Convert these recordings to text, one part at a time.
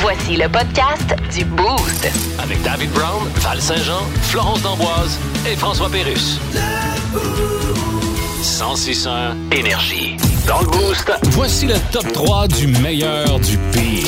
Voici le podcast du Boost. Avec David Brown, Val Saint-Jean, Florence D'Amboise et François Pérus. 1061 Énergie. Dans le Boost, voici le top 3 du meilleur du pire.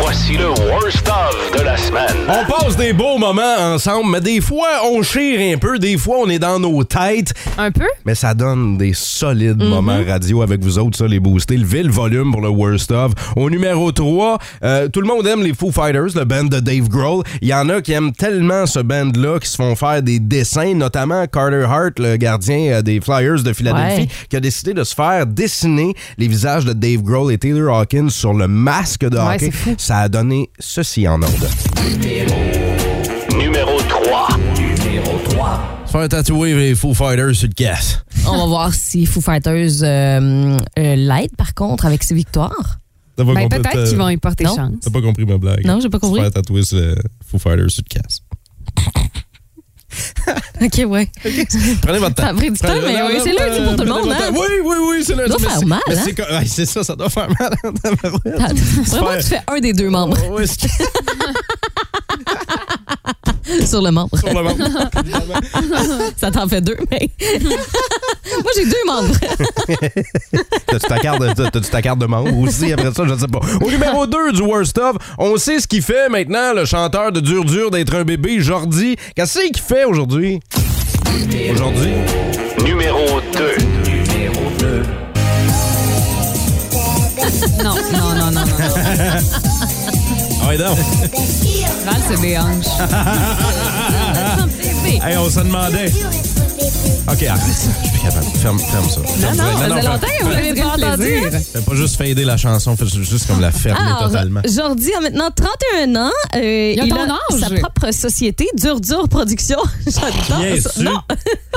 Voici le worst of de la semaine. On passe des beaux moments ensemble, mais des fois, on chire un peu, des fois, on est dans nos têtes. Un peu? Mm-hmm. Mais ça donne des solides moments radio avec vous autres, ça, les boostés. Levez le volume pour le worst of. Au numéro 3, euh, tout le monde aime les Foo Fighters, le band de Dave Grohl. Il y en a qui aiment tellement ce band-là qu'ils se font faire des dessins, notamment Carter Hart, le gardien euh, des Flyers de Philadelphie, Ouais. qui a décidé de se faire dessiner les visages de Dave Grohl et Taylor Hawkins sur le masque de Ouais, hockey. c'est fou. Ça a donné ceci en ordre. Numéro 3. Se faire tatouer les Foo Fighters sur le casse. On va voir si Foo Fighters euh, euh, l'aide, par contre, avec ses victoires. T'as pas Ben, compris- peut-être t'as- qu'ils vont y porter Non. chance. T'as pas compris ma blague. Non, j'ai pas compris. Se faire tatouer sur le Foo Fighters sur le casse. OK, ouais. Prenez votre temps. Ça a pris du temps, Prenez- mais non, oui, non, c'est prenez- lundi pour tout prenez le monde, votre hein? temps. Ah, Oui, oui, oui, c'est lundi. doit mais faire c'est- mal, mais hein? c'est co- ouais, C'est ça, ça doit faire mal. hein, Vraiment, tu fais un des deux membres Ouais, c'est- sur le membre. sur le ventre. Ça t'en fait deux, mais. Moi, j'ai deux membres. T'as-tu ta carte de, t'as-tu ta carte de membre aussi après ça? Je ne sais pas. Au numéro 2 du Worst Of, on sait ce qu'il fait maintenant, le chanteur de Dur Dur d'être un bébé, Jordi. Qu'est-ce qu'il fait aujourd'hui? Aujourd'hui? Numéro 2. Non, non, non, non, non. Ah ouais, donc. Val, c'est des hanches. Hey, on se demandait. OK, arrête ça. Je suis plus capable. Ferme, ferme ça. Ferme Non, ça faisait ferme. longtemps que vous l'avez pas entendu. hein? Ah, Fais pas juste fader la chanson, fais juste comme la fermer totalement. Jordi a maintenant 31 ans. euh, Il a il ton a âge. sa propre société, Dure Dure Production. J'adore Bien ça. sûr. Non,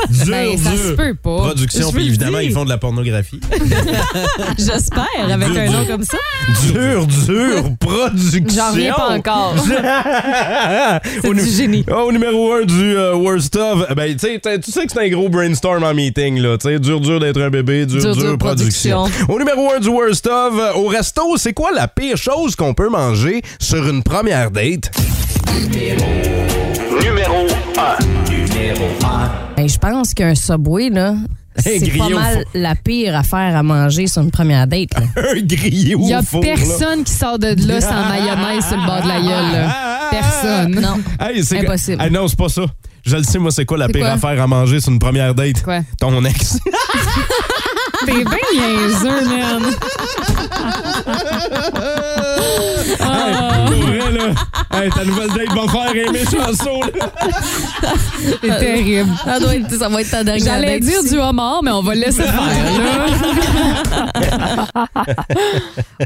Dur, Ben, ça se dur. peut pas. Production, Je puis veux évidemment, le dire. ils font de la pornographie. j'espère, avec Dure un Dure. nom comme ça. Dur, dur, production. J'en reviens pas encore. au, nu- Ah, du génie. au numéro 1 du euh, Worst of, ben, tu sais, t'as- tu sais que c'est un gros brainstorm en meeting, là. tu sais, dur, dur d'être un bébé, dur, dur, Dur, dur, production. Au numéro 1 du Worst of, euh, au resto, c'est quoi la pire chose qu'on peut manger sur une première date? Numéro 1. Ben, je pense qu'un Subway, là, Hey, c'est pas grillé au mal four. la pire affaire à manger sur une première date. là. Un grillé Il au n'y a four, là. personne qui sort de là sans mayonnaise sur le bord de la gueule. là. Personne. Non. Hey, c'est Impossible. Hey, non, c'est pas ça. Je le sais, moi, c'est quoi la C'est pire quoi? affaire à manger sur une première date? Quoi? Ton ex. T'es bien niaiseux, man. Ah. Hey, pour vrai, là. Hey, ta nouvelle date va faire aimer chanson, là. C'est terrible. Ça, doit être- ça va être ta dernière J'allais date dire aussi. du homard, mais on va le laisser faire. là.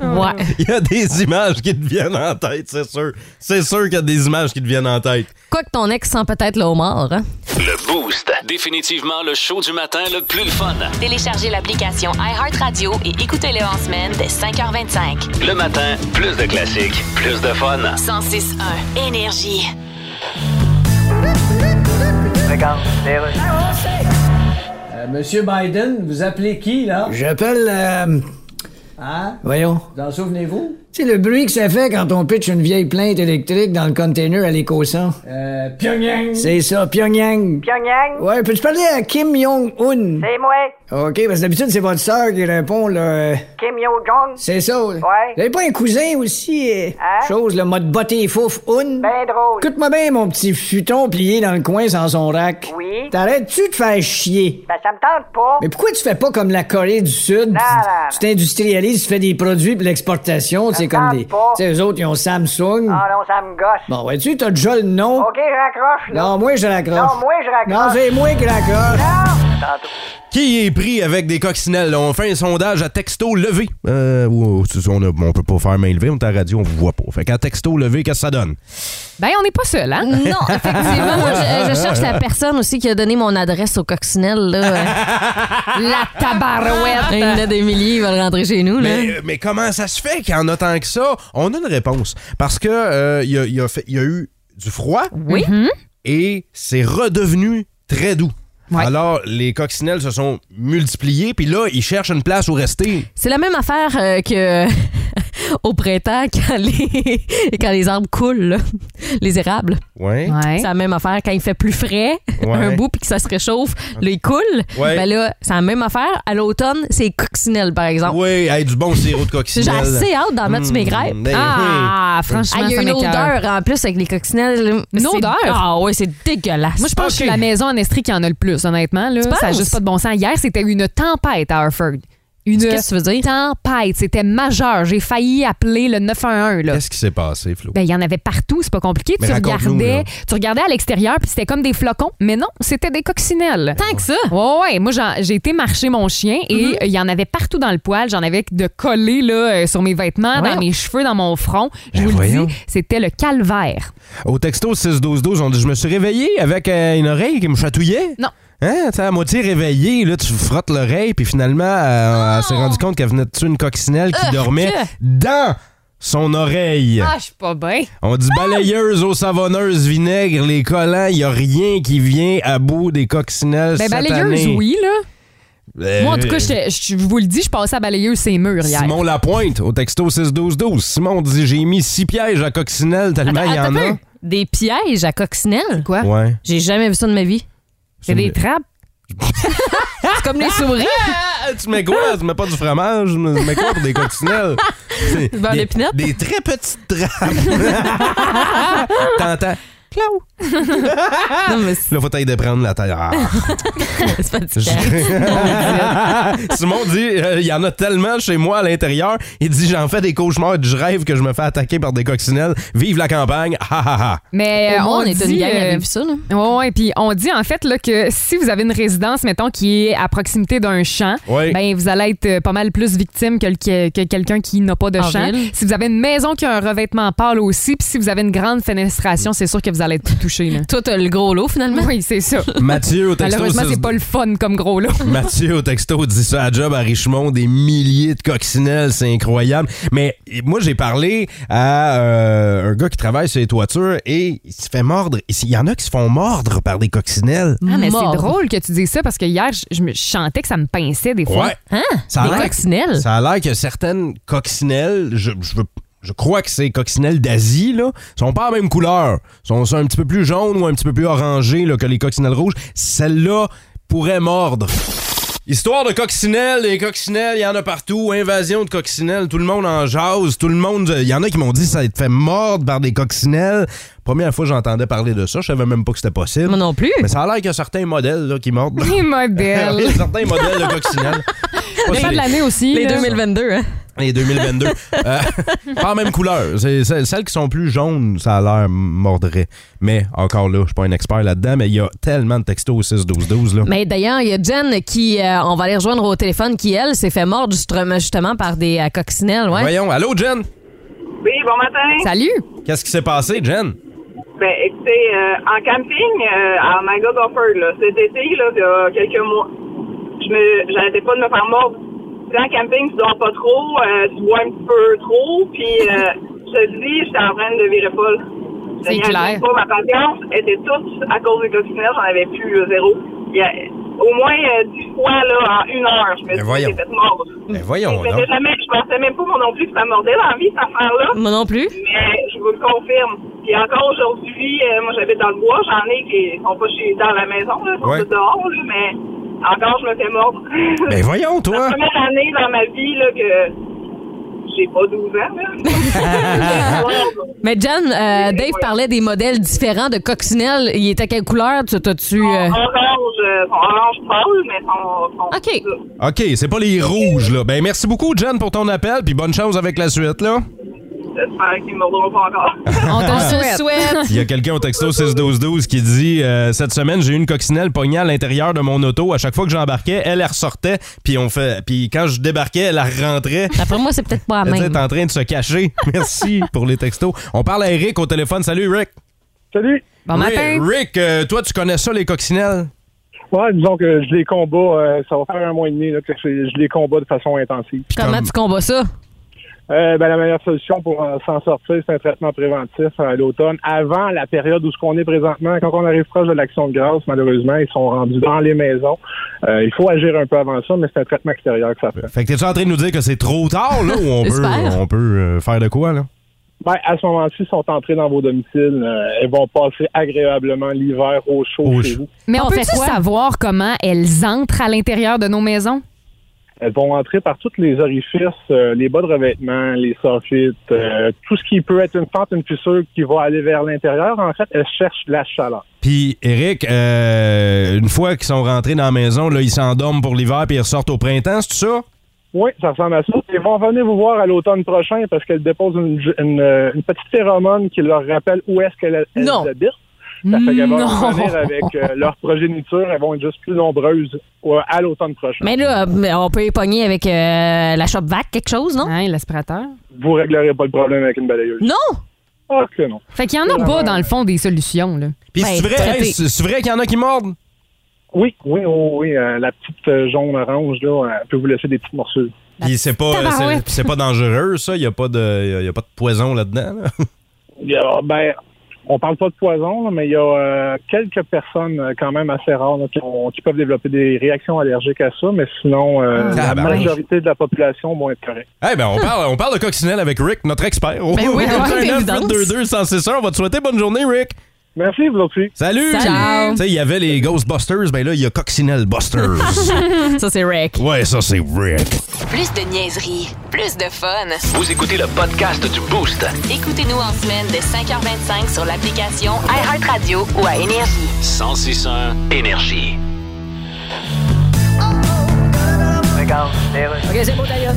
Ouais. Il y a des images qui te viennent en tête, c'est sûr. C'est sûr qu'il y a des images qui te viennent en tête. Quoi que ton ex sent peut-être le homard. hein. Le Boost. Définitivement le show du matin le plus le fun. Téléchargez l'application iHeartRadio et écoutez-le en semaine dès 5h25. Le matin, plus de classiques, plus de fun. 106.1 Énergie. Euh, Monsieur Biden, vous appelez qui, là? J'appelle. euh, Hein? voyons. Vous en souvenez-vous? Tu sais, le bruit que ça fait quand on pitch une vieille plainte électrique dans le container à l'éco-sang. Euh, Pyongyang. C'est ça, Pyongyang. Pyongyang, Ouais, peux-tu parler à Kim Jong-un? c'est moi, OK, parce que d'habitude, c'est votre sœur qui répond, là. euh, Kim Yo-Jong. C'est ça. là. Ouais. Vous avez pas un cousin aussi? euh, Hein? Chose, le mode botté fouf, un? Ben drôle. Écoute-moi bien, mon petit futon plié dans le coin sans son rack. Oui. T'arrêtes-tu de faire chier? Ben ça me tente pas. Mais pourquoi tu fais pas comme la Corée du Sud? non, non. Tu t'industrialises, tu fais des produits pour l'exportation, tu sais, comme tente des. Tu pas. sais, eux autres, ils ont Samsung. Ah non, ça me gosse. Bon, ouais, tu t'as déjà le nom. Ok, je raccroche, là. Non, moi, je raccroche. Non, moi, je raccroche. Non, c'est moi qui raccroche. Qui est pris avec des coccinelles? là? On fait un sondage à texto levé. Euh, ou- ou- c'est ça, on, a- on peut pas faire main levée, on est à la radio, on vous voit pas. Fait qu'à texto levé, qu'est-ce que ça donne? Ben, on n'est pas seul, hein? Non, effectivement. Moi, je, je cherche la personne aussi qui a donné mon adresse au coccinelle. Là. la tabarouette. Il y en a des milliers, ils veulent rentrer chez nous. Là. Mais, euh, mais comment ça se fait qu'il y en a tant que ça? On a une réponse. Parce que euh, il y, a, il y a fait- il y a eu du froid Oui. et c'est redevenu très doux. Ouais. Alors, les coccinelles se sont multipliées, puis là, ils cherchent une place où rester. C'est la même affaire euh, que au printemps quand les, quand les arbres coulent, là, les érables. Ouais. Ouais. C'est la même affaire quand il fait plus frais Ouais. un bout puis que ça se réchauffe, là il coule. Ouais. Ben là, c'est la même affaire. À l'automne, c'est les coccinelles par exemple. Oui, hey, du bon sirop de coccinelle. J'ai assez hein. hâte d'en mettre sur mes Mmh, crêpes. ben oui. Ah, franchement, Ah, il y a ça une m'écoeure. odeur en plus avec les coccinelles. Une C'est- odeur? Ah ouais, c'est dégueulasse. Moi, je pense que c'est Ok. la maison en Estrie qui en a le plus, honnêtement. Là. Ça n'a penses? juste pas de bon sens. Hier, c'était une tempête à Hartford. Une Qu'est-ce que tu veux dire? tempête. C'était majeur. J'ai failli appeler le 911. Là. Qu'est-ce qui s'est passé, Flo? Ben, il y en avait partout, c'est pas compliqué. Mais tu raconte-nous, là. regardais, tu regardais à l'extérieur, puis c'était comme des flocons. Mais non, c'était des coccinelles. Tant que ça. Ouais, ouais. Moi, j'en- j'ai été marcher mon chien et euh, il y en avait partout dans le poil. J'en avais de collés là, euh, sur mes vêtements, Voyons. dans mes cheveux, dans mon front. Je Ben, vous le voyons. dis, c'était le calvaire. Au texto 6-12-12, on dit Je me suis réveillé avec euh, une oreille qui me chatouillait. Non. Hein? T'es à moitié réveillé, là, tu frottes l'oreille, puis finalement, euh, elle s'est rendue compte qu'elle venait de tuer une coccinelle qui dormait dans son oreille. Ah, je suis pas bien. On dit balayeuse, eau savonneuse, vinaigre, les collants, il a rien qui vient à bout des coccinelles. Ben, satanées. balayeuse, oui, là. Euh, Moi, en tout cas, j'étais- je, je vous le dis, je passais à balayeuse ces murs hier. Simon Lapointe, au texto 6-12-12. Simon dit J'ai mis six pièges à coccinelle tellement Ben, il y Attends en un peu. Des pièges à coccinelles? Quoi? a. Ouais. J'ai jamais vu ça de ma vie. C'est des trappes. C'est comme les souris. Ah, tu mets quoi? tu mets pas du fromage? Tu mets quoi pour des coccinelles? C'est beurre des, d'épinette? des très petites trappes. T'entends? Clau! Ah, Non, mais Là, faut t'aller déprendre la taille. Ah. c'est fatigant. Je- Simon dit, euh, il y en a tellement chez moi à l'intérieur. Il dit, j'en fais des cauchemars, je rêve que je me fais attaquer par des coccinelles. Vive la campagne! Ah, Ha ha ha! Mais Au euh, moins, on, est dit, une gang à euh, vivre ça, là. Ouais, ouais, puis on dit en fait là, que si vous avez une résidence, mettons, qui est à proximité d'un champ, Oui. ben vous allez être euh, pas mal plus victime que, le- que- que quelqu'un qui n'a pas de En champ. ville. Si vous avez une maison qui a un revêtement pâle aussi, puis si vous avez une grande fenestration, c'est sûr que vous allez être touché. là. Toi, t'as le gros lot, finalement. Oui, c'est ça. Mathieu au texto. Malheureusement, c'est pas le fun comme gros là. Mathieu au texto dit ça à job à Richmond, des milliers de coccinelles, c'est incroyable. Mais moi, j'ai parlé à euh, un gars qui travaille sur les toitures et il se fait mordre. Il y en a qui se font mordre par des coccinelles. Ah, mais Mort. c'est drôle que tu dises ça parce que hier, je, je me je sentais que ça me pinçait des fois. Ouais. Hein? Ça a Des l'air- coccinelles? Ça a l'air que certaines coccinelles, je, je, veux- je crois que c'est coccinelles d'Asie, là, sont pas la même couleur. Sont, sont un petit peu plus jaunes ou un petit peu plus orangées là, que les coccinelles rouges. Celles-là pourraient mordre. Histoire de coccinelles, les coccinelles, il y en a partout, invasion de coccinelles, tout le monde en jase, tout le monde, il y en a qui m'ont dit ça te fait mordre par des coccinelles. Première fois que j'entendais parler de ça, je savais même pas que c'était possible. Moi non plus. Mais ça a l'air qu'il y a certains modèles là, qui mordent. Les Il y a modèles. certains modèles de coccinelles. Pas si- Fin de l'année aussi. Les là. 2022, hein? et 2022. Euh, pas la même couleur. C'est, c'est- celles qui sont plus jaunes, ça a l'air mordrait. Mais encore là, je suis pas un expert là-dedans, mais il y a tellement de textos au 6-12-12. Là. Mais d'ailleurs, il y a Jen qui, euh, on va aller rejoindre au téléphone, qui, elle, s'est fait mordre justement, justement par des euh, coccinelles, ouais. Voyons. Allô, Jen? Oui, bon matin. Salut. Qu'est-ce qui s'est passé, Jen? Ben, écoutez, euh, en camping, euh, à Manga Gopher, là, cet été, là, il y a quelques mois, je me, j'arrêtais pas de me faire mordre. Tu sais, en camping, tu dors pas trop, euh, tu bois un petit peu trop, puis euh, je te dis, j'étais en train de virer folle. C'est Je clair. n'avais pas ma patience, était toute à cause des coccinelles, j'en avais plus euh, zéro. Il y a, au moins euh, dix fois, là, en une heure, je me Ben voyons. suis fait mordre. Ben voyons Je donc. m'étais jamais, je pensais même pas, moi non plus, que ça mordait dans la vie, cette affaire-là. Moi non plus. Mais je vous le confirme. Puis encore aujourd'hui, euh, moi j'habite dans le bois, j'en ai qui sont pas chez dans la maison, là, sont Ouais. tous dehors, là, mais encore je me fais mordre. Ben voyons, C'est la toi! première année dans ma vie là, que j'ai pas 12 ans. Là. Mais Jen, euh, Dave parlait des modèles différents de coccinelles. Il était quelle couleur? Tu t'as-tu. euh, Orange, euh, sont orange pâle, mais sont, sont OK. OK, c'est pas les rouges, là. Ben merci beaucoup, Jen, pour ton appel, puis bonne chance avec la suite, là. j'espère qu'ils me mordront pas encore. On te le souhaite. Il y a quelqu'un au texto 6-12-12 qui dit euh, Cette semaine, j'ai eu une coccinelle pognée à l'intérieur de mon auto. À chaque fois que j'embarquais, elle, elle ressortait, puis on fait... Puis quand je débarquais, elle, elle rentrait. Après moi, c'est peut-être pas la Elle même. est en train de se cacher. Merci pour les textos. On parle à Eric au téléphone. Salut, Rick. Salut. Bon Rick, matin. Rick, euh, toi, tu connais ça, les coccinelles? Ouais, disons que je les combats, euh, ça va faire un mois et demi là, que je je les combats de façon intensive. Comment Comme- tu combats ça? Euh, ben, la meilleure solution pour euh, s'en sortir, c'est un traitement préventif euh, à l'automne, avant la période où ce qu'on est présentement. Quand on arrive proche de l'action de grâce, malheureusement, ils sont rendus dans les maisons. Euh, il faut agir un peu avant ça, mais c'est un traitement extérieur que ça fait. Fait que t'es-tu en train de nous dire que c'est trop tard, là, ou on peut, J'espère. on peut euh, faire de quoi, là? Ben, à ce moment-ci, ils sont entrés dans vos domiciles. euh, ils vont passer agréablement l'hiver au chaud chez vous. Mais on peut peut-tu savoir comment elles entrent à l'intérieur de nos maisons? Elles vont entrer par tous les orifices, euh, les bas de revêtement, les soffits, euh, tout ce qui peut être une fente, une fissure qui va aller vers l'intérieur. En fait, elles cherchent la chaleur. Puis, Eric, euh, une fois qu'ils sont rentrés dans la maison, là, ils s'endorment pour l'hiver puis ils ressortent au printemps, c'est ça? Oui, ça ressemble à ça. Ils vont venir vous voir à l'automne prochain parce qu'elles déposent une, une, euh, une petite phéromone qui leur rappelle où est-ce qu'elles elles habitent. Ça fait qu'elles vont Non. venir avec euh, leur progéniture. Elles vont être juste plus nombreuses euh, à l'automne prochain. Mais là, euh, on peut les pogner avec euh, la shop vac, quelque chose, non? l'aspirateur. Vous réglerez pas le problème avec une balayeuse. Non! Ah, que non. Fait qu'il y en a pas, dans le fond, des solutions. Là. Puis c'est Ben, vrai, traiter. hey, c'est- vrai qu'il y en a qui mordent? Oui, oui, oui, oui. euh, la petite euh, jaune-orange, là, euh, elle peut vous laisser des petites morsures. Puis c'est pas, c'est, tabarouette. c'est pas dangereux, ça? Il n'y a, pas de- y a pas de poison là-dedans? là? Il y a- ben, on parle pas de poison, là, mais il y a euh, quelques personnes euh, quand même assez rares là, qui, ont- qui peuvent développer des réactions allergiques à ça, mais sinon, euh, Ah, la ben oui. majorité de la population vont être correcte. Eh ben, on parle, on parle de coccinelle avec Rick, notre expert. Au Ben oui, ouais, 819 d'évidence. 822 161. on va te souhaiter bonne journée, Rick. Merci, vous aussi. Salut! Ciao. Tu sais, il y avait les Ghostbusters, ben là, il y a Coccinelle Busters. ça, c'est Rick. ouais, ça, c'est Rick. Plus de niaiserie, plus de fun. Vous écoutez le podcast du Boost. Écoutez-nous en semaine de 5h25 sur l'application iHeartRadio ou à Énergie. 1061 Énergie. Regarde, OK, c'est beau, d'ailleurs.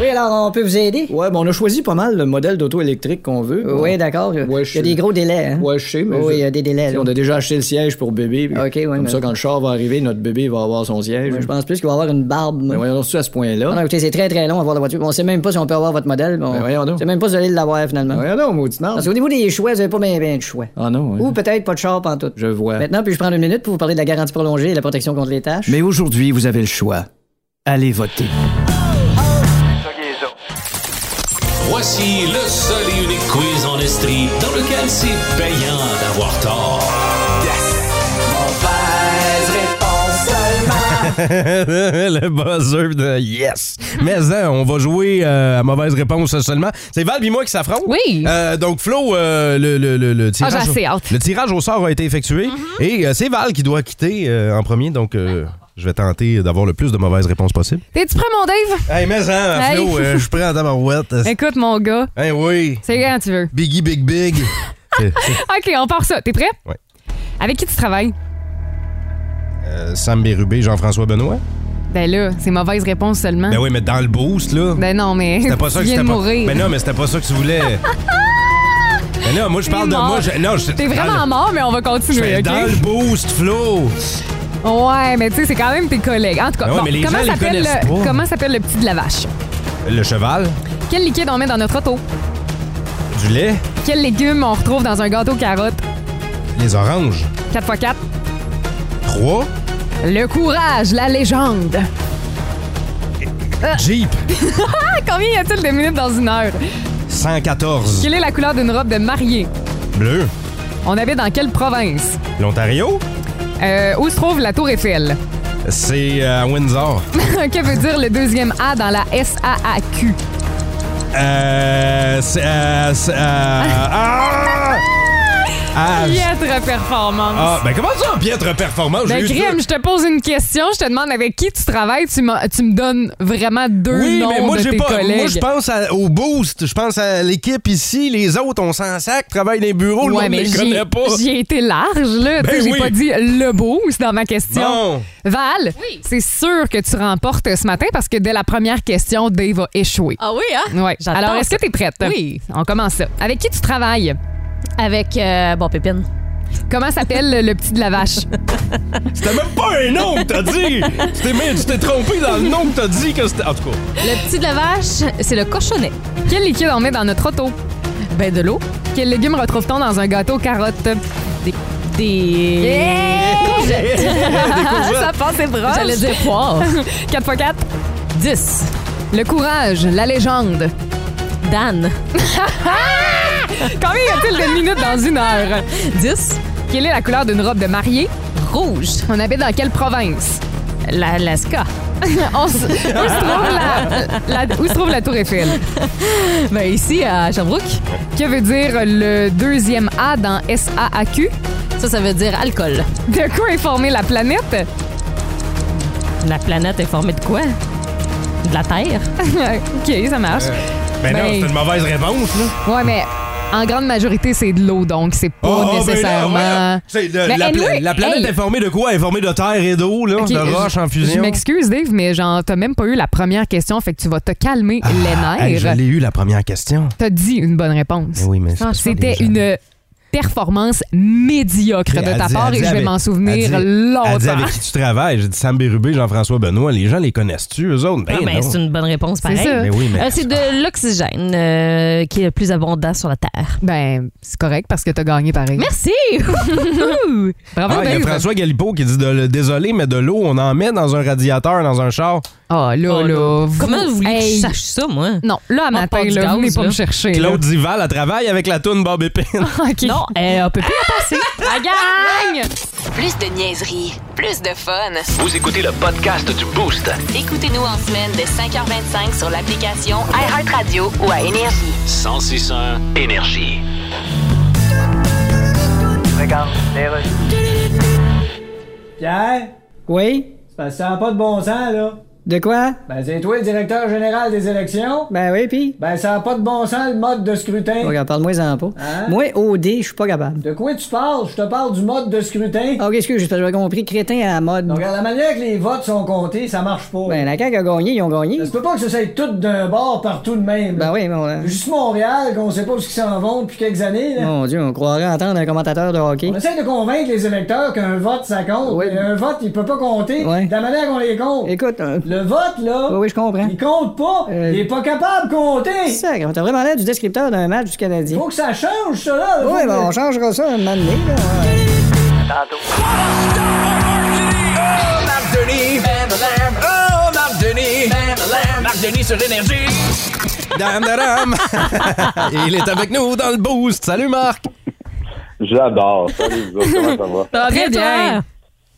Oui, alors, on peut vous aider? Ouais, ben, on a choisi pas mal le modèle d'auto électrique qu'on veut. Oui, d'accord. il y a des gros délais, hein? Ouais, je sais, mais. Oui, il y a des délais. Tu sais, on a déjà acheté le siège pour bébé. OK, oui. Comme ça, quand le char va arriver, notre bébé va avoir son siège. je pense plus qu'il va avoir une barbe. Mais voyons, on à ce point-là. Non, écoutez, c'est très, très long à voir la voiture. On sait même pas si on peut avoir votre modèle. On... voyons donc. C'est même pas si vous allez l'avoir, finalement. Voyons donc, maudit Parce qu'au niveau des choix, vous avez pas bien, bien de choix. Ah non, Ou peut-être pas de char pantoute. je vois. Maintenant, puis-je prendre une minute pour vous parler de la garantie prolongée et la protection contre les tâches? Mais aujourd'hui, vous avez le choix. Allez voter. Voici le seul et unique quiz en Estrie dans lequel c'est payant d'avoir tort. le buzzer de yes. Mais hein, on va jouer euh, à mauvaise réponse seulement. C'est Val et moi qui s'affrontent. Oui. Ah, Euh, donc Flo, euh, le, le- le- le tirage j'ai assez au, hâte. Mm-hmm. le tirage au sort a été effectué et euh, c'est Val qui doit quitter euh, en premier. Donc euh, je vais tenter d'avoir le plus de mauvaises réponses possible. T'es-tu prêt, mon Dave? Hey, mais hein, Flo, Hey. euh, je prends dans ma ouette. Écoute, mon gars, Hey, oui. c'est quand tu veux. Biggie, big, big. C'est- c'est- OK, on part ça. T'es prêt? Ouais. Avec qui tu travailles? euh, Sam Bérubé, Jean-François Benoît. Ben là, c'est mauvaise réponse seulement. Ben oui, mais dans le boost, là. Ben non, mais. C'était pas ça tu que viens c'était de pas- mourir. Ben non, mais c'était pas ça que tu voulais. ben là, moi je T'es parle de mort. moi. je- non, je- T'es dans vraiment le- mort, mais on va Je continuer, fais OK? dans le boost, Flo. Ouais, mais tu sais, c'est quand même tes collègues. En tout cas, Ben ouais, bon, mais les gens comment les s'appelle connaissent le- pas. comment s'appelle le petit de la vache? Le cheval, Quel liquide on met dans notre auto? du lait, Quels légumes on retrouve dans un gâteau carotte? les oranges. 4x4. Trois, Le courage, la légende. Ah. Jeep, Combien y a-t-il de minutes dans une heure? 114. Quelle est la couleur d'une robe de mariée? Bleu, On habite dans quelle province? l'Ontario, Euh, où se trouve la Tour Eiffel? c'est euh, à Windsor. que veut dire le deuxième A dans la SAAQ? Euh, c'est, euh, c'est, euh, ah! Ah, je- Piètre performance. ah, ben comment ça, piètre performance? Ben, J'ai eu Grim, deux- je te pose une question, je te demande avec qui tu travailles, tu, m'en- tu me donnes vraiment deux Oui, noms mais moi, de j'ai tes pas. collègues. Moi, je pense à- au boost. Je pense à l'équipe ici. Les autres, on s'en sac, travaille dans les bureaux. le Ouais, monde mais les j'ai- connaît pas. J'ai été large, là. Ben Tu sais, j'ai oui. pas dit le boost dans ma question. Bon. Val, c'est sûr que tu remportes ce matin parce que dès la première question, Dave a échoué. Ah oui, hein? Ouais. J'attends Alors, est-ce ça. que tu es prête? Oui. On commence ça. Avec qui tu travailles? Avec, euh, bon, Pépine. Comment s'appelle le petit de la vache? C'était même pas un nom que t'as dit! tu t'es, mais tu t'es trompé dans le nom que t'as dit que c'était. En tout cas. Le petit de la vache, c'est le cochonnet. Quel liquide on met dans notre auto? Ben, de l'eau. Quel légume retrouve-t-on dans un gâteau carotte? Des. Des. courgettes. Ça passe c'est proche. J'allais dire poire. 4 x 4, 10. le courage, la légende. Dan. Combien y a-t-il de minutes dans une heure? 10. Quelle est la couleur d'une robe de mariée? Rouge. On habite dans quelle province? L'Alaska. On s- où, se trouve la, la- où se trouve la Tour Eiffel? Ben ici, à Sherbrooke. Que veut dire le deuxième A dans SAAQ? Ça, ça veut dire alcool. De quoi est formée la planète? La planète est formée de quoi? De la Terre? OK, ça marche. Ben, non, Ben- c'est une mauvaise réponse, là. Ouais, mais en grande majorité, c'est de l'eau, donc c'est pas Oh, ben non, nécessairement. voyons. C'est de- Mais la, pla- anyway, la planète hey. est formée de quoi? Elle est formée de terre et d'eau, là, Ok, de roches je- en Je fusion. m'excuse, Dave, mais genre, t'as même pas eu la première question, fait que tu vas te calmer Ah, hey, les je nerfs. l'ai eu, la première question. T'as dit une bonne réponse. Eh oui, mais c'est parce qu'on C'était est jeune. une performance médiocre de Elle ta dit- part elle et dit je vais avec- m'en elle dit- souvenir Elle dit longtemps. avec qui tu travailles. J'ai dit Sam Bérubé, Jean-François Benoît. Les gens les connaissent-tu, eux autres? Ben, Ah, ben, non. c'est une bonne réponse, C'est pareil. ça. Mais oui, mais- Ah. Euh, c'est de l'oxygène euh, qui est le plus abondant sur la Terre. Ben, c'est correct parce que t'as gagné pareil. Merci! Bravo, Ah, il y Dave. a François Galipo qui dit de, le- Désolé, mais de l'eau, on en met dans un radiateur, dans un char. Ah, là, là. vous- Comment vous voulez Hey. que je sache ça, moi? Non, là, à matin, part du là, gaz, venez pas là. me chercher. là. Claude Dival, elle travaille avec la toune Bob Épine. OK. Non, euh, on peut plus la passer. La gagne! Plus de niaiserie, plus de fun. Vous écoutez le podcast du Boost. Écoutez-nous en semaine de 5h25 sur l'application iHeartRadio ou à Énergie. 1061 Énergie. Regarde, les Pierre? Oui? C'est parce que ça n'a pas de bon sens, là. De quoi? Ben, c'est toi le directeur général des élections? Ben oui, puis? Ben, ça n'a pas de bon sens, le mode de scrutin. Hein? Regarde, parle-moi-en pas. Moi, OD, je suis pas capable. De quoi tu parles? Je te parle du mode de scrutin. Ah, ok, excuse, j'ai- j'avais compris, crétin à la mode. Donc, regarde, la manière que les votes sont comptés, ça marche pas. Ben, la CAQ a gagné, ils ont gagné. Ça se peut pas que ça soit tout d'un bord partout de même. Ben oui, mais on a- Juste Montréal, qu'on sait pas où ils s'en vont depuis quelques années. Là. Mon Dieu, on croirait entendre un commentateur de hockey. On essaie de convaincre les électeurs qu'un vote, ça compte. Oui. Et Un vote, il peut pas compter Ouais. de la manière qu'on les compte. Écoute, euh, Le vote, là, oui, oui, je comprends. il compte pas. Euh, Il est pas capable de compter. Ça, t'as vraiment l'air du descripteur d'un match du Canadien. Faut que ça change, ça, là. Faut Oui, que- ben, on changera ça un moment donné, là. Marc Denis, oh Marc Denis, Oh, Marc Denis sur Énergie. Dam, dam, dam. Il est avec nous dans le boost. Salut, Marc. J'adore. Salut, vous autres, comment ça va? Très bien.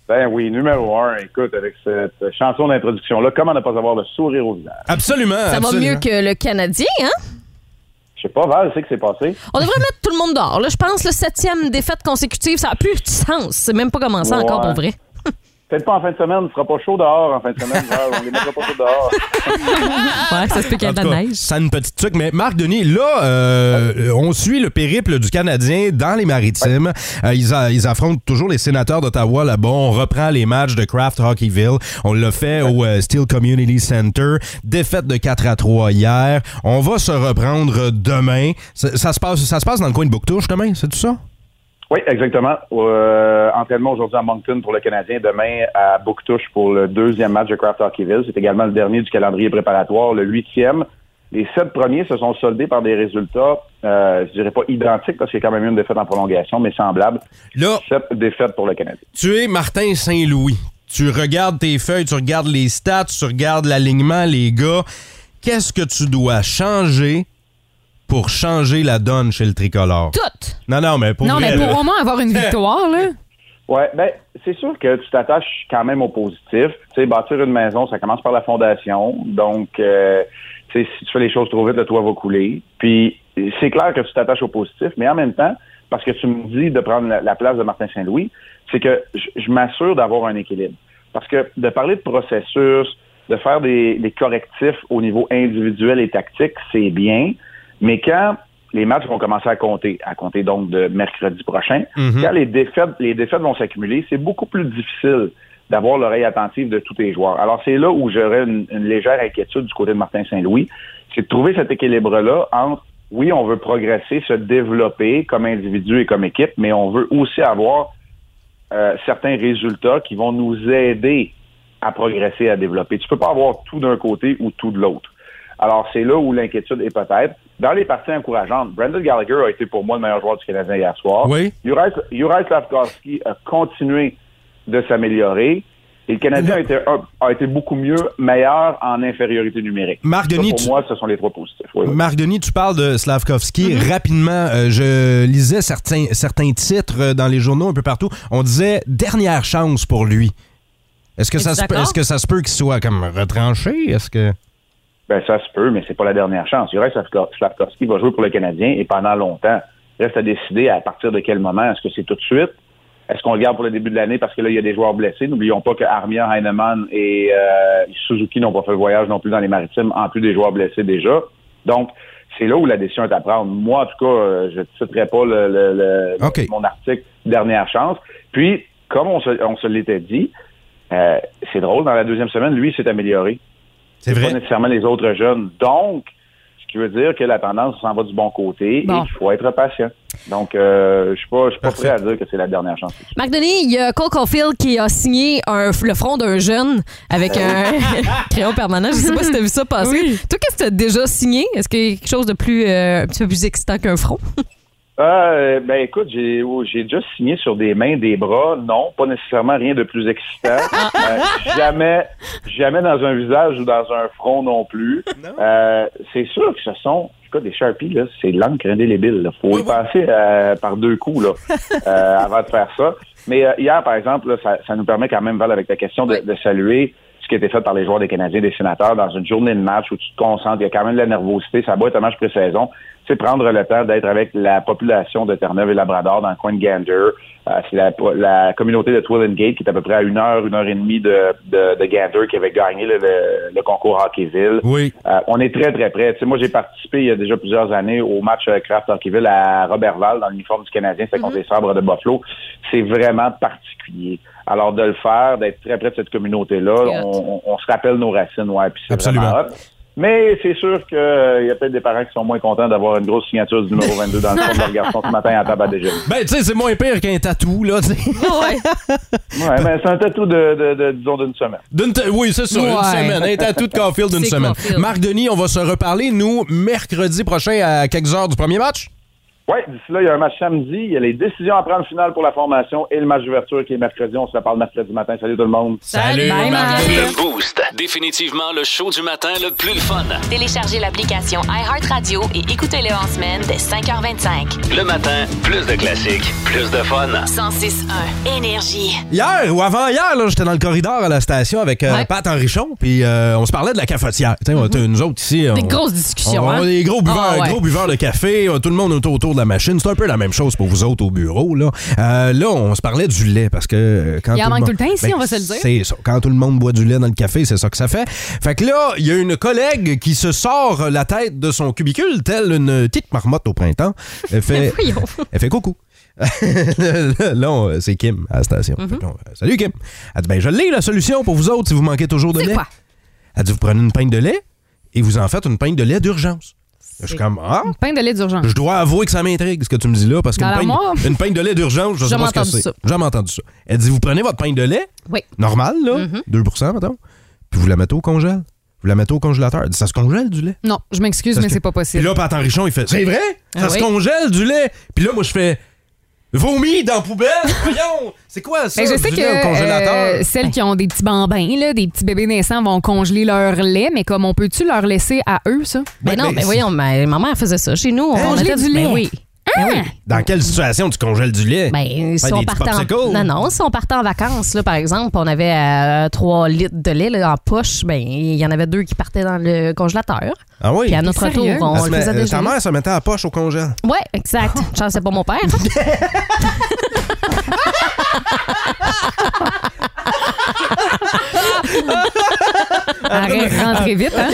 Ben oui, numéro un, écoute, avec cette chanson d'introduction-là, comment ne pas avoir le sourire au visage? Ah, Absolument. Ça va mieux que le Canadien, hein? Je sais pas, Val, c'est que c'est passé. On devrait mettre tout le monde dehors. Là, je pense le septième défaite consécutive, ça n'a plus de sens. C'est même pas commencé encore Ouais. pour vrai. Peut-être pas en fin de semaine, il sera pas chaud dehors en fin de semaine, Val, on les mettra pas chaud dehors. Ouais, ça se peut qu'il y ait de En tout la cas, neige. Ça a une petite truc, mais Marc Denis, là, euh, on suit le périple du Canadien dans les Maritimes. Euh, ils, a- ils affrontent toujours les sénateurs d'Ottawa là-bas. On reprend les matchs de Craft Hockeyville. On l'a fait au euh, Steel Community Center. Défaite de 4 à 3 hier. On va se reprendre demain. Ça, ça se, passe, ça se passe dans le coin de Bouctouche demain, c'est tout ça? Oui, exactement. Euh, entraînement aujourd'hui à Moncton pour le Canadien, demain à Bouctouche pour le deuxième match de Craft Hockeyville. C'est également le dernier du calendrier préparatoire, le huitième. Les sept premiers se sont soldés par des résultats, euh, je dirais pas identiques, parce qu'il y a quand même eu une défaite en prolongation, mais semblable. Là, Sept défaites pour le Canadien. Tu es Martin Saint-Louis. Tu regardes tes feuilles, tu regardes les stats, tu regardes l'alignement, les gars. Qu'est-ce que tu dois changer pour changer la donne chez le tricolore? Tout! Non, non, mais pour Non, vrai, mais pour là. au moins avoir une victoire, là. Ouais, ben c'est sûr que tu t'attaches quand même au positif. Tu sais, bâtir une maison, ça commence par la fondation. Donc, euh, tu sais, si tu fais les choses trop vite, le toit va couler. Puis, c'est clair que tu t'attaches au positif, mais en même temps, parce que tu me dis de prendre la, la place de Martin Saint-Louis, c'est que je je m'assure d'avoir un équilibre. Parce que de parler de processus, de faire des, des correctifs au niveau individuel et tactique, c'est bien. Mais quand les matchs vont commencer à compter, à compter donc de mercredi prochain, Mhm. quand les défaites, les défaites vont s'accumuler, c'est beaucoup plus difficile d'avoir l'oreille attentive de tous les joueurs. Alors, c'est là où j'aurais une, une légère inquiétude du côté de Martin Saint-Louis, c'est de trouver cet équilibre-là entre, oui, on veut progresser, se développer comme individu et comme équipe, mais on veut aussi avoir euh, certains résultats qui vont nous aider à progresser, à développer. Tu peux pas avoir tout d'un côté ou tout de l'autre. Alors, c'est là où l'inquiétude est peut-être. Dans les parties encourageantes, Brendan Gallagher a été pour moi le meilleur joueur du Canadien hier soir. Oui. Juraj Slavkovski a continué de s'améliorer. Et le Canadien a été, un- a été beaucoup mieux, meilleur en infériorité numérique. Marc Ça, Denis, pour tu- moi, ce sont les trois positifs. Oui, oui. Marc Denis, tu parles de Slavkovski. Mm-hmm. Rapidement, euh, je lisais certains, certains titres euh, dans les journaux un peu partout. On disait dernière chance pour lui. Est-ce que, Es-tu ça se, peut- d'accord? est-ce que ça se peut qu'il soit comme retranché? Est-ce que. Ben, ça se peut, mais c'est pas la dernière chance. Il reste Slavko- Slavkovski va jouer pour le Canadien et pendant longtemps. Il reste à décider à partir de quel moment. Est-ce que c'est tout de suite? Est-ce qu'on le garde pour le début de l'année parce que là, il y a des joueurs blessés? N'oublions pas que Armia, Heinemann et euh, Suzuki n'ont pas fait le voyage non plus dans les maritimes, en plus des joueurs blessés déjà. Donc, c'est là où la décision est à prendre. Moi, en tout cas, euh, je ne citerai pas le, le- le- OK. mon article Dernière chance. Puis, comme on se, on se l'était dit, euh, c'est drôle, dans la deuxième semaine, lui, il s'est amélioré. C'est vrai. Pas nécessairement les autres jeunes. Donc, ce qui veut dire que la tendance s'en va du bon côté et Bon. qu'il faut être patient. Donc, euh, je suis pas, je suis pas prêt à dire que c'est la dernière chance. Marc Denis, il y a Cole Caulfield qui a signé un- le front d'un jeune avec un crayon permanent. Je sais pas si t'as vu ça passer. Toi, qu'est-ce que t'as déjà signé? Est-ce qu'il y a quelque chose de plus, euh, un petit peu plus excitant qu'un front? Euh, ben écoute, j'ai oh, j'ai déjà signé sur des mains, des bras. Non, pas nécessairement rien de plus excitant. Euh, jamais, jamais dans un visage ou dans un front non plus. Euh, c'est sûr que ce sont, écoute, des Sharpies là, c'est de l'encre indélébile. Là. Faut y passer euh, par deux coups là euh, avant de faire ça. Mais euh, hier, par exemple, là, ça, ça nous permet quand même, Val, avec ta question, de, de saluer ce qui a été fait par les joueurs des Canadiens, des sénateurs, dans une journée de match où tu te concentres, il y a quand même de la nervosité, ça boit être un match pré-saison. C'est prendre le temps d'être avec la population de Terre-Neuve et Labrador dans le coin de Gander. Euh, c'est la, la communauté de Twillingate qui est à peu près à une heure, une heure et demie de, de, de Gander qui avait gagné le, le- le concours Hockeyville. Oui. Euh, on est très, très près. Tu sais, moi, j'ai participé il y a déjà plusieurs années au match euh, Kraft Hockeyville à Robertval dans l'uniforme du Canadien, c'était contre les sabres de Buffalo. C'est vraiment particulier. Alors, de le faire, d'être très près de cette communauté-là, on, on- on se rappelle nos racines, ouais, puis c'est Absolument. vraiment hot. Mais c'est sûr qu'il y a peut-être des parents qui sont moins contents d'avoir une grosse signature du numéro 22 dans le fond de leur garçon ce matin à table à déjeuner. Ben, tu sais, c'est moins pire qu'un tatou, là, tu sais. Ouais, mais c'est un tatou de, de- de- disons, d'une semaine. D'une te- oui, c'est ça, une Ouais. semaine. Un tatou de Caulfield d'une C'est semaine. Caulfield. Marc Denis, on va se reparler, nous, mercredi prochain à quelques heures du premier match. Oui, d'ici là, il y a un match samedi. Il y a les décisions à prendre finale pour la formation et le match d'ouverture qui est mercredi. On se reparle mercredi matin. Salut tout le monde. Salut, Bye, Marc. Marc. Le Boost. Définitivement le show du matin le plus le fun. Téléchargez l'application iHeartRadio et écoutez-le en semaine dès 5h25. Le matin, plus de classiques, plus de fun. 106.1 Énergie. Hier ou avant-hier, là, j'étais dans le corridor à la station avec euh, Pat Henrichon, puis euh, on se parlait de la cafotière. Tu sais, on était nous autres ici. on- Mm-hmm. grosses discussions, on- hein? on est des gros buveurs, Ah, ouais. gros buveurs de café, euh, tout le monde est autour de la machine. C'est un peu la même chose pour vous autres au bureau. Là, Euh, là on se parlait du lait parce que euh, quand Il tout en le manque monde- tout le temps ici, on va se le dire. C'est ça. Quand tout le monde boit du lait dans le café, c'est ça que ça fait. Fait que là, il y a une collègue qui se sort la tête de son cubicule, telle une petite marmotte au printemps. Elle fait, Voyons. elle fait coucou. là, on- c'est Kim à la station. Mhm. Fait que là, on- Euh, Salut Kim. Elle dit ben, je l'ai la solution pour vous autres si vous manquez toujours de lait. Elle dit vous prenez une pinte de lait et vous en faites une pinte de lait d'urgence. Je suis comme ah. Pain de lait d'urgence. Je dois avouer que ça m'intrigue ce que tu me dis là parce qu'une Dans l'armoire? pinte, une pinte de lait d'urgence, je sais Jamais pas ce que entendu c'est. ça. Jamais entendu ça. Elle dit vous prenez votre pinte de lait Oui. normal là, Mm-hmm. 2 mettons, puis vous la mettez au congèle. Vous la mettez au congélateur. Elle dit ça se congèle du lait. Non, je m'excuse, Parce mais que- c'est pas Puis possible. là, Pat Henrichon, il fait C'est vrai Ça Ah se oui. congèle du lait Puis là, moi, je fais Vomi dans la poubelle Voyons C'est quoi ça Ben, je du sais lait que au congélateur euh, celles qui ont des petits bambins, là, des petits bébés naissants, vont congeler leur lait, mais comme on peut-tu leur laisser à eux, ça? Ben non, ben voyons, ma, ma mère faisait ça chez nous. On, Hein? Congeler était du ben lait. oui. Ah! Ben oui. Dans quelle situation tu congèles du lait Ben, Faire si on des petits partait en... popsicles? Non, non, si on partait en vacances, là, par exemple, on avait euh, 3 litres de lait là, en poche, ben il y en avait deux qui partaient dans le congélateur. Ah oui Puis à notre retour, Sérieux? on Elle se le met- faisait euh, déjà. Ta mère se mettait à la poche au congèle. Ouais, exact. Charles, c'est pas mon père. Arrête, rentrez vite, hein?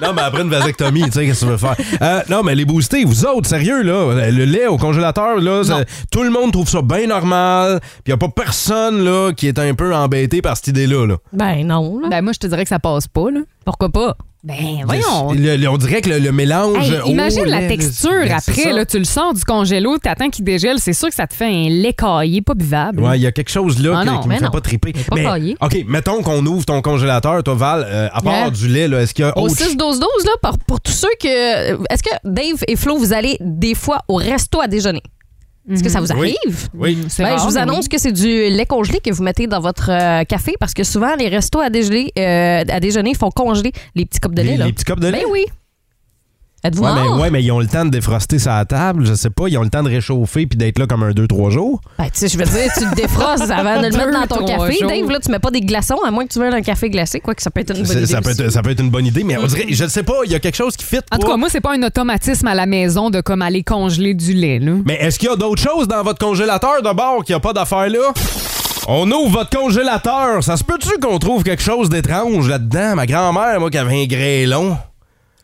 Non, mais après une vasectomie, tu sais, qu'est-ce que tu veux faire? Euh, non, mais les boostés, vous autres, sérieux, là, le lait au congélateur, là, ça- tout le monde trouve ça bien normal. Puis il a pas personne, là, qui est un peu embêté par cette idée-là. Là. Ben non. Ben moi, je te dirais que ça passe pas. Là. Pourquoi pas? Ben voyons. Le- le- on dirait que le, le mélange. Hey, oh, imagine la lait, texture lait, c'est après. ça. Là, tu le sors du congélo, t'attends qu'il dégèle. C'est sûr que ça te fait un lait caillé, pas buvable. Ouais, il y a quelque chose là Ah qui- non, qui me mais fait non. pas triper. pas caillé. OK, mettons qu'on ouvre ton congélateur, toi, Val, euh, à part Ouais. du lait, là, est-ce qu'il y a Au autre 6-12-12, là, pour, pour tous ceux que. Est-ce que Dave et Flo, vous allez des fois au resto à déjeuner? Est-ce que ça vous Oui. arrive? Oui. Ben, je vous annonce que c'est du lait congelé que vous mettez dans votre euh, café parce que souvent, les restos à dégeler, euh, à déjeuner font congeler les petits copes de lait. Les- là. les petits copes de lait? Ben oui. Êtes-vous Ouais, hors? mais, ouais, mais ils ont le temps de défroster sa table, je sais pas, ils ont le temps de réchauffer puis d'être là comme un 2-3 jours. Ben, tu sais, je veux dire, tu le défrostes avant de le mettre dans ton Deux, trois café. jours. Dave, là, tu mets pas des glaçons, à moins que tu veuilles un café glacé, quoi que ça peut être une bonne C'est- idée. Ça peut, être, aussi. ça peut être une bonne idée, mais on Mm-hmm. dirait, je sais pas, il y a quelque chose qui fit. En tout pas. cas, moi, c'est pas un automatisme à la maison de comme aller congeler du lait. Là. Mais est-ce qu'il y a d'autres choses dans votre congélateur de bord qu'il n'y a pas d'affaires là? On ouvre votre congélateur. Ça se peut-tu qu'on trouve quelque chose d'étrange là-dedans? Ma grand-mère, moi, qui avait un grêlon.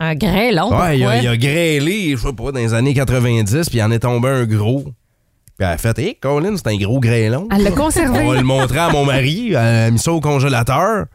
Un Eh, grêlon? Ouais, il a, pourquoi? il a grêlé, je sais pas, dans les années 90, puis il en est tombé un gros. Puis elle a fait, hé, Colin, c'est un gros grêlon. Elle l'a conservé. On va le montrer à mon mari. Elle a mis ça au congélateur.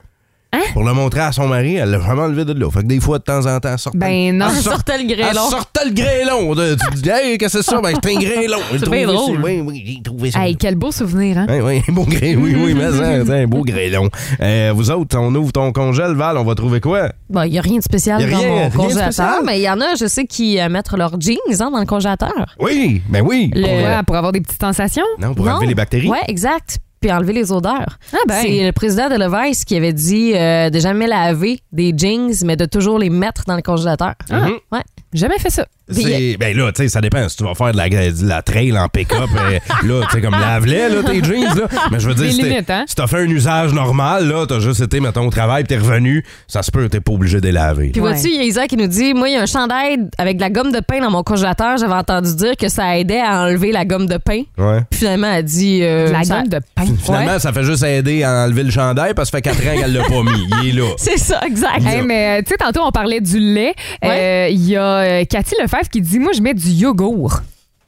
Hein? Pour le montrer à son mari, elle l'a vraiment enlevé de là. Fait que des fois, de temps en temps, sortait Ben non. Elle sortait le Elle sortait le grêlon. De- Tu dis, hey, qu'est-ce que c'est ça? Ben, c'est un grêlon. J'ai C'est trouvé bien ça. drôle. Oui, oui, j'ai trouvé ça. Hey, quel beau souvenir, hein? Oui, oui, un beau grêlon. Oui, oui, mais ça, c'est un beau grêlon. Euh, vous autres, on ouvre ton congèle, Val, on va trouver quoi? Bon, il n'y Ben, a rien de spécial Y a dans rien- rien mon de congélateur, spécial? mais il y en a, je sais, qui euh, mettent leurs jeans hein, dans le congélateur. Oui, ben oui. Le- Pour, euh, Ah, pour avoir des petites sensations? non, pour Non. enlever les bactéries. Ouais, exact. Puis enlever les odeurs. ben. C'est le président de Levice qui avait dit euh, de jamais laver des jeans, mais de toujours les mettre dans le congélateur. Mhm. Ouais. Ah. Jamais fait ça. C'est- Ben là, tu sais, ça dépend. Si tu vas faire de la, de la trail en pick-up, euh, là, tu sais, comme lave-les, là, tes jeans, là. Mais je veux dire, Des si t'es- limites, hein? si t'as fait un usage normal, là, t'as juste été, mettons, au travail, puis t'es revenu, ça se peut, t'es pas obligé de les laver. Puis vois-tu, il y a Isa qui nous dit Moi, il y a un chandail avec de la gomme de pain dans mon congélateur. J'avais entendu dire que ça aidait à enlever la gomme de pain. Ouais. Puis finalement, elle dit euh, La ça- gomme de pain. Finalement, ça fait juste aider à enlever le chandail parce que ça fait 4 ans qu'elle l'a pas mis. Il est là. C'est ça, exact. Hey, mais euh, tu sais, tantôt, on parlait du lait. Euh, Ouais. Il y a euh, Cathy Lefebvre qui dit Moi, je mets du yogourt.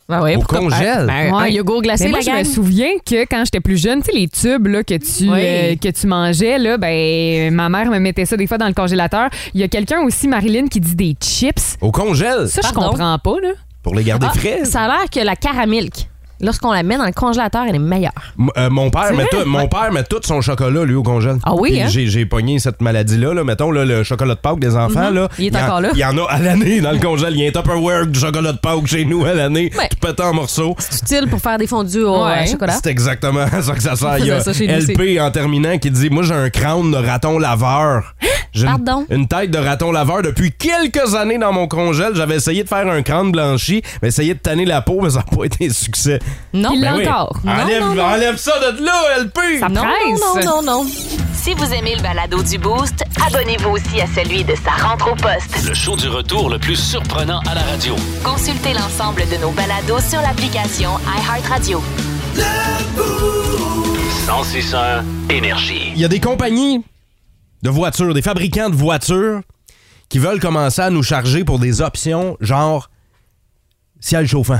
Ben ouais, Au pourquoi- congèle. Ben, Un Ouais. yogourt glacé, Mais moi, la je me gang. souviens que quand j'étais plus jeune, tu sais, les tubes là, que, tu, Oui. euh, que tu mangeais, là, ben, ma mère me mettait ça des fois dans le congélateur. Il y a quelqu'un aussi, Marilyn, qui dit des chips. Au congèle, Ça, je Pardon? comprends pas. Là. pour les garder Ah, frais. Ça a l'air que la caramilk, lorsqu'on la met dans le congélateur, elle est meilleure. M- euh, mon père, met vrai? tout, mon père met tout son chocolat, lui, au congèle. Ah oui, Puis hein? J'ai, j'ai pogné cette maladie-là, là, mettons, là, le chocolat de Pâques des enfants. là, Mm-hmm. Il est y en- encore là. Il y en a à l'année dans le congèle. Il y a un Tupperware du chocolat de Pâques chez nous à l'année, Ouais. tout pété en morceaux. Utile pour faire des fondues au euh, Ouais. chocolat. C'est exactement à ça que ça sert. Il y a Ça, chez nous, LP en terminant qui dit Moi, j'ai un crâne de raton laveur. J'ai une- Pardon? Une, tête de raton laveur depuis quelques années dans mon congèle. J'avais essayé de faire un crâne blanchi, mais essayé de tanner la peau, mais ça n'a pas été un succès. Non, Il l'a Ben oui. encore. Enlève, non, non. enlève ça de là, LP! Ça non, non, presse. non, non, non. Si vous aimez le balado du Boost, abonnez-vous aussi à celui de sa rentre au poste. Le show du retour le plus surprenant à la radio. Consultez l'ensemble de nos balados sur l'application iHeartRadio. 1061 Énergie. Il y a des compagnies de voitures, des fabricants de voitures qui veulent commencer à nous charger pour des options genre ciel chauffant.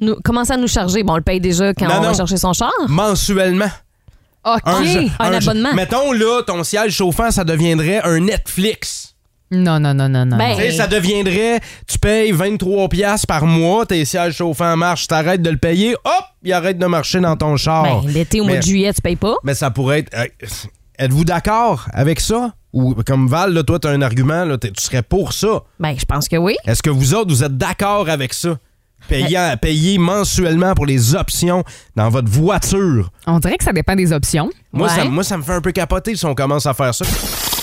Nous, commence à nous charger. Bon, on le paye déjà quand Non, on va non. chercher son char. Ah, Mensuellement. OK. jeu- un jeu- abonnement. Mettons là, ton ciel chauffant, ça deviendrait un Netflix. Non, non, non, non, non. Ben, Tu sais, ça deviendrait, tu payes 23$ piastres par mois, tes sièges chauffants marchent, t'arrêtes de le payer, hop, il arrête de marcher dans ton char. ben, l'été au mois Mais- de juillet, tu payes pas. Mais ça pourrait être. euh, Êtes-vous d'accord avec ça? Ou comme Val, là, toi, tu as un argument, là, t'es- tu serais pour ça. Ben, je pense que oui. Est-ce que vous autres, vous êtes d'accord avec ça? Euh, Payant- payer mensuellement pour les options dans votre voiture. On dirait que ça dépend des options. Moi, Ouais. ça, moi, ça me fait un peu capoter si on commence à faire ça.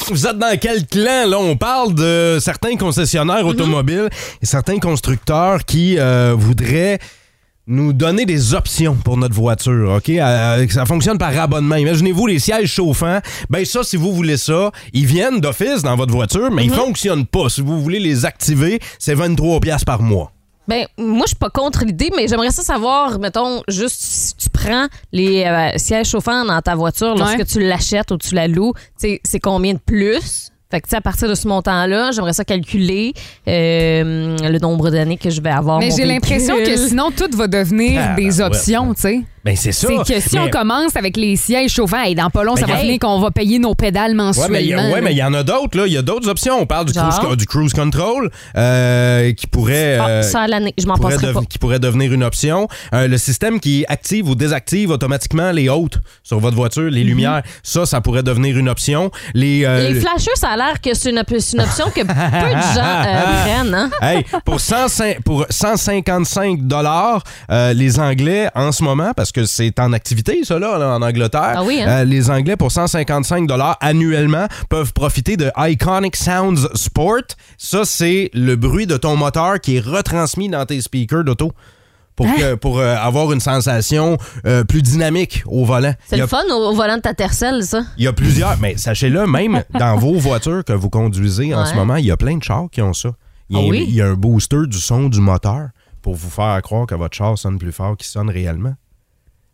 Vous êtes dans quel clan? Là, on parle de certains concessionnaires Mhm. automobiles et certains constructeurs qui euh, voudraient nous donner des options pour notre voiture, OK? Euh, ça fonctionne par abonnement. Imaginez-vous les sièges chauffants. Ben ça, si vous voulez ça, ils viennent d'office dans votre voiture, mais Mhm. ils fonctionnent pas. Si vous voulez les activer, c'est 23 pièces par mois. Ben, moi, je suis pas contre l'idée, mais j'aimerais ça savoir, mettons, juste si tu prends les euh, sièges chauffants dans ta voiture lorsque Ouais. tu l'achètes ou tu la loues, tu sais, c'est combien de plus? Fait que, tu sais, à partir de ce montant-là, j'aimerais ça calculer euh, le nombre d'années que je vais avoir. Mais Oh, mon j'ai véhicule. l'impression que sinon, tout va devenir Ah, des ouais. options, tu sais. Ben, c'est ça. C'est que si Mais- on commence avec les sièges chauffants, et dans pas long, Ben, ça va y a- finir qu'on va payer nos pédales Ouais, mais il y mensuellement. a- ouais, mais il y en a d'autres, là. Il y a d'autres options. On parle du, Genre? cruise, du cruise control euh, qui pourrait. euh, Ah, ça, à l'année, je m'en qui pourrait passerai dev- pas. Qui pourrait devenir une option. Euh, le système qui active ou désactive automatiquement les hautes sur votre voiture, les lumières, ça, ça pourrait devenir une option. Les, euh, Mm-hmm. Les flashers, ça a l'air que c'est une, op- c'est une option que peu de gens euh, prennent. Hein? Hey, pour, 105 pour 155 dollars, euh, les Anglais en ce moment, parce que c'est en activité, ça, là, là, en Angleterre, Ah oui, hein? euh, les Anglais, pour 155 dollars annuellement, peuvent profiter de Iconic Sounds Sport. Ça, c'est le bruit de ton moteur qui est retransmis dans tes speakers d'auto. Hein? Pour, que- pour euh, avoir une sensation euh, plus dynamique au volant. C'est Il y a- le fun au, au volant de ta Tercel, ça. il y a plusieurs, mais sachez-le, même dans vos voitures que vous conduisez en Ouais. ce moment, il y a plein de chars qui ont ça. Il y, a, Ah oui? il y a un booster du son du moteur pour vous faire croire que votre char sonne plus fort qu'il sonne réellement.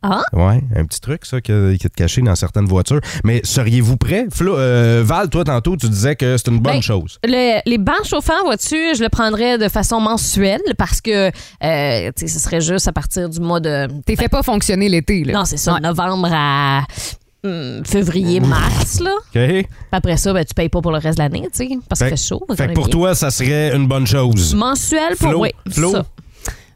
Ah? Ouais, un petit truc, ça, que- qui est caché dans certaines voitures. Mais seriez-vous prêt? Flo- euh, Val, toi, tantôt, tu disais que c'est une bonne Ben, chose. le- les bancs chauffants, vois-tu, je le prendrais de façon mensuelle parce que euh, tu sais, ce serait juste à partir du mois de. T'es fait pas fonctionner l'été, là. Non, c'est ça, novembre à hum, février, mars, là. OK? Puis après ça, ben, tu payes pas pour le reste de l'année, tu sais, parce que Fait- c'est chaud. Fait que qu'on pour est toi, ça serait une bonne chose. bien. Mensuel pour. Flo, oui, Flo? ça.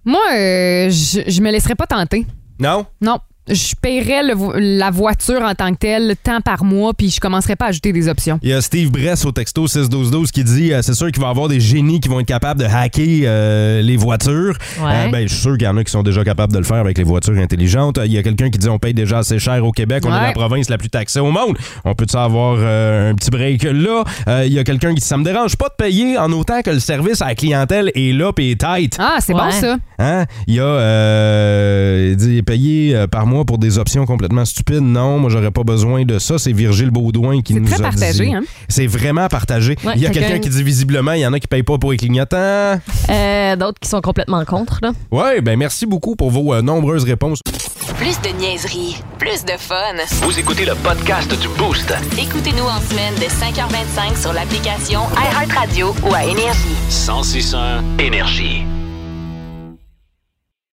Moi, euh, je, je me laisserais pas tenter. Non? Non. Je paierais le vo- la voiture en tant que telle, tant par mois, puis je commencerais pas à ajouter des options. Il y a Steve Bress au texto 61212 qui dit euh, c'est sûr qu'il va y avoir des génies qui vont être capables de hacker euh, les voitures. Ouais. Euh, ben, je suis sûr qu'il y en a qui sont déjà capables de le faire avec les voitures intelligentes. Euh, Il y a quelqu'un qui dit on paye déjà assez cher au Québec, on Ouais. est la province la plus taxée au monde. On peut avoir euh, un petit break là. Euh, Il y a quelqu'un qui dit ça me dérange pas de payer en autant que le service à la clientèle est là et est tight. Ah, c'est bon, ça. Hein? Il y a euh, il dit, payer euh, par mois pour des options complètement stupides. Non, moi j'aurais pas besoin de ça. C'est Virgile Baudouin qui nous très a partagé, dit. hein? C'est vraiment partagé. Ouais, il y a quelqu'un- quelqu'un qui dit visiblement, il y en a qui payent pas pour les clignotants. Euh, D'autres qui sont complètement contre, là. Ouais, ben merci beaucoup pour vos euh, nombreuses réponses. Plus de niaiserie, plus de fun. Vous écoutez le podcast du Boost. Écoutez-nous en semaine de 5h25 sur l'application iHeartRadio ou à Énergie. 1061 Énergie.